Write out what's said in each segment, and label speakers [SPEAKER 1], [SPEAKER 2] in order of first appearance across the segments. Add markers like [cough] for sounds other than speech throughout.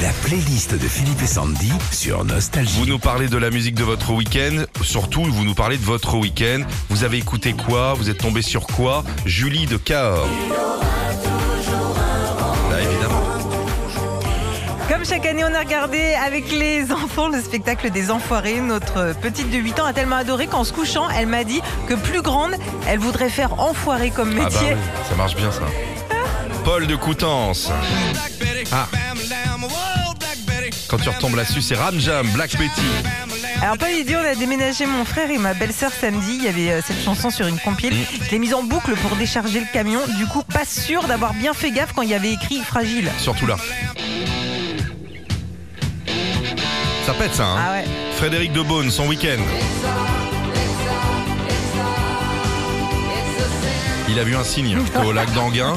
[SPEAKER 1] La playlist de Philippe et Sandy sur Nostalgie.
[SPEAKER 2] Vous nous parlez de la musique de votre week-end, surtout vous nous parlez de votre week-end. Vous avez écouté quoi Vous êtes tombé sur quoi Julie de Cahors. Bah, évidemment.
[SPEAKER 3] Comme chaque année, on a regardé avec les enfants le spectacle des Enfoirés. Notre petite de 8 ans a tellement adoré qu'en se couchant, elle m'a dit que plus grande, elle voudrait faire enfoiré comme
[SPEAKER 2] Ah bah
[SPEAKER 3] métier.
[SPEAKER 2] oui, ça marche bien ça. Paul de Coutances. Ah. Quand tu retombes là-dessus, c'est Ram Jam, Black Betty.
[SPEAKER 3] Alors pas idiot, on a déménagé mon frère et ma belle-sœur samedi. Il y avait euh, cette chanson sur une compile.
[SPEAKER 2] Mm.
[SPEAKER 3] Je l'ai mise en boucle pour décharger le camion. Du coup, pas sûr d'avoir bien fait gaffe quand il y avait écrit fragile.
[SPEAKER 2] Surtout là. Ça pète ça, hein
[SPEAKER 3] Ah ouais.
[SPEAKER 2] Frédéric de Beaune, son week-end. Il a vu un signe au lac d'Anguin.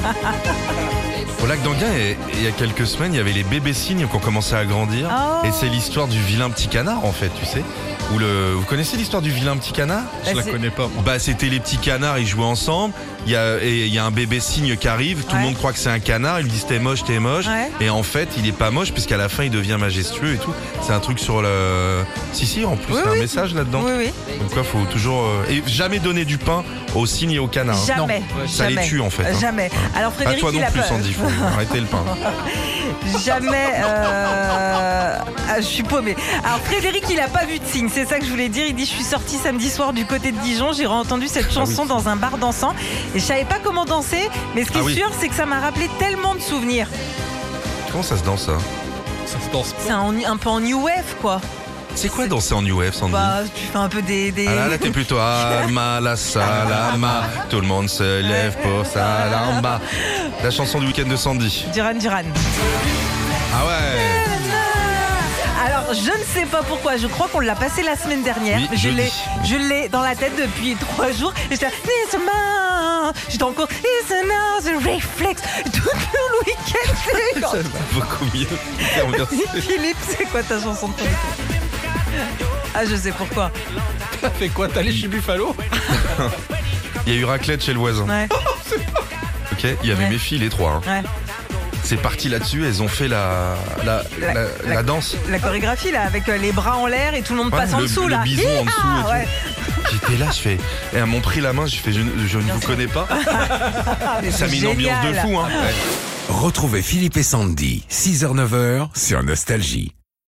[SPEAKER 2] Au lac d'Anguin, et- et il y a quelques semaines, il y avait les bébés cygnes qui ont commencé à grandir.
[SPEAKER 3] Oh.
[SPEAKER 2] Et c'est l'histoire du vilain petit canard, en fait, tu sais. Où le... Vous connaissez l'histoire du vilain petit canard
[SPEAKER 3] Bah, c'est-
[SPEAKER 2] pas. Bah, c'était les petits canards, ils jouaient ensemble. Il y a, et il y a un bébé cygne qui arrive. Tout
[SPEAKER 3] Ouais.
[SPEAKER 2] le monde croit que c'est un canard. Ils lui disent t'es moche, t'es moche.
[SPEAKER 3] Ouais.
[SPEAKER 2] Et en fait, il est pas moche puisqu'à la fin, il devient majestueux et tout. C'est un truc sur le. Si, si, en plus,
[SPEAKER 3] Oui,
[SPEAKER 2] il y a un
[SPEAKER 3] oui.
[SPEAKER 2] message là-dedans.
[SPEAKER 3] Oui, oui.
[SPEAKER 2] Donc, quoi, faut toujours. euh, Et jamais donner du pain aux cygnes et aux canards. hein.
[SPEAKER 3] Jamais.
[SPEAKER 2] Ça les
[SPEAKER 3] jamais.
[SPEAKER 2] tue, en fait, hein.
[SPEAKER 3] Jamais. Alors
[SPEAKER 2] Pas
[SPEAKER 3] Frédéric,
[SPEAKER 2] toi non
[SPEAKER 3] il a
[SPEAKER 2] plus,
[SPEAKER 3] pas-
[SPEAKER 2] Sandy. Faut
[SPEAKER 3] [laughs]
[SPEAKER 2] arrêter le pain.
[SPEAKER 3] Jamais. euh, ah, je suis paumée. Alors Frédéric, il a pas vu de signe. C'est ça que je voulais dire. Il dit je suis sorti samedi soir du côté de Dijon. J'ai entendu
[SPEAKER 2] Ah
[SPEAKER 3] cette chanson dans un bar dansant et je savais pas comment danser. Mais ce qui
[SPEAKER 2] Ah
[SPEAKER 3] est
[SPEAKER 2] oui.
[SPEAKER 3] sûr, c'est que ça m'a rappelé tellement de souvenirs.
[SPEAKER 2] Comment ça se danse, ça
[SPEAKER 3] C'est un, un peu en new wave, quoi.
[SPEAKER 2] C'est quoi danser en UF, Sandy
[SPEAKER 3] Bah, tu fais un peu des. des-
[SPEAKER 2] Ah là là, t'es plutôt Alma, la salama. Tout le monde se lève pour salamba. La chanson du week-end de Sandy.
[SPEAKER 3] Duran Duran.
[SPEAKER 2] Ah ouais.
[SPEAKER 3] Alors, je ne sais pas pourquoi, je crois qu'on l'a passé la semaine dernière.
[SPEAKER 2] Oui,
[SPEAKER 3] je
[SPEAKER 2] jeudi.
[SPEAKER 3] l'ai, je l'ai dans la tête depuis trois jours. Et J'étais là, It's a man. J'étais encore, It's another reflex. Tout le week-end,
[SPEAKER 2] [laughs]
[SPEAKER 3] c'est quand-
[SPEAKER 2] Beaucoup mieux. Super, merci.
[SPEAKER 3] Philippe, c'est quoi ta chanson de ton week-end Ah, je sais pourquoi.
[SPEAKER 4] T'as fait quoi T'as allé chez Buffalo
[SPEAKER 2] Il y a eu raclette chez le voisin.
[SPEAKER 3] Ouais,
[SPEAKER 2] Ok, il y avait
[SPEAKER 3] Ouais.
[SPEAKER 2] mes filles, les trois. hein.
[SPEAKER 3] ouais.
[SPEAKER 2] C'est parti là-dessus, elles ont fait la, la,
[SPEAKER 3] La-
[SPEAKER 2] la-
[SPEAKER 3] la-
[SPEAKER 2] la danse.
[SPEAKER 3] La chorégraphie, là, avec euh, les bras en l'air et tout le monde
[SPEAKER 2] Ouais,
[SPEAKER 3] passe en
[SPEAKER 2] le-
[SPEAKER 3] dessous,
[SPEAKER 2] le
[SPEAKER 3] là.
[SPEAKER 2] bison en dessous et
[SPEAKER 3] Ah,
[SPEAKER 2] tout.
[SPEAKER 3] ouais.
[SPEAKER 2] J'étais là, je fais. Et elles m'ont pris la main, je fais, je, ne- je ne vous connais pas.
[SPEAKER 3] Ah, mais
[SPEAKER 2] Ça
[SPEAKER 3] c'est
[SPEAKER 2] met une ambiance de
[SPEAKER 3] génial. Ah
[SPEAKER 2] fou, hein. Ouais.
[SPEAKER 1] Retrouvez Philippe et Sandy, 6h-9h sur Nostalgie.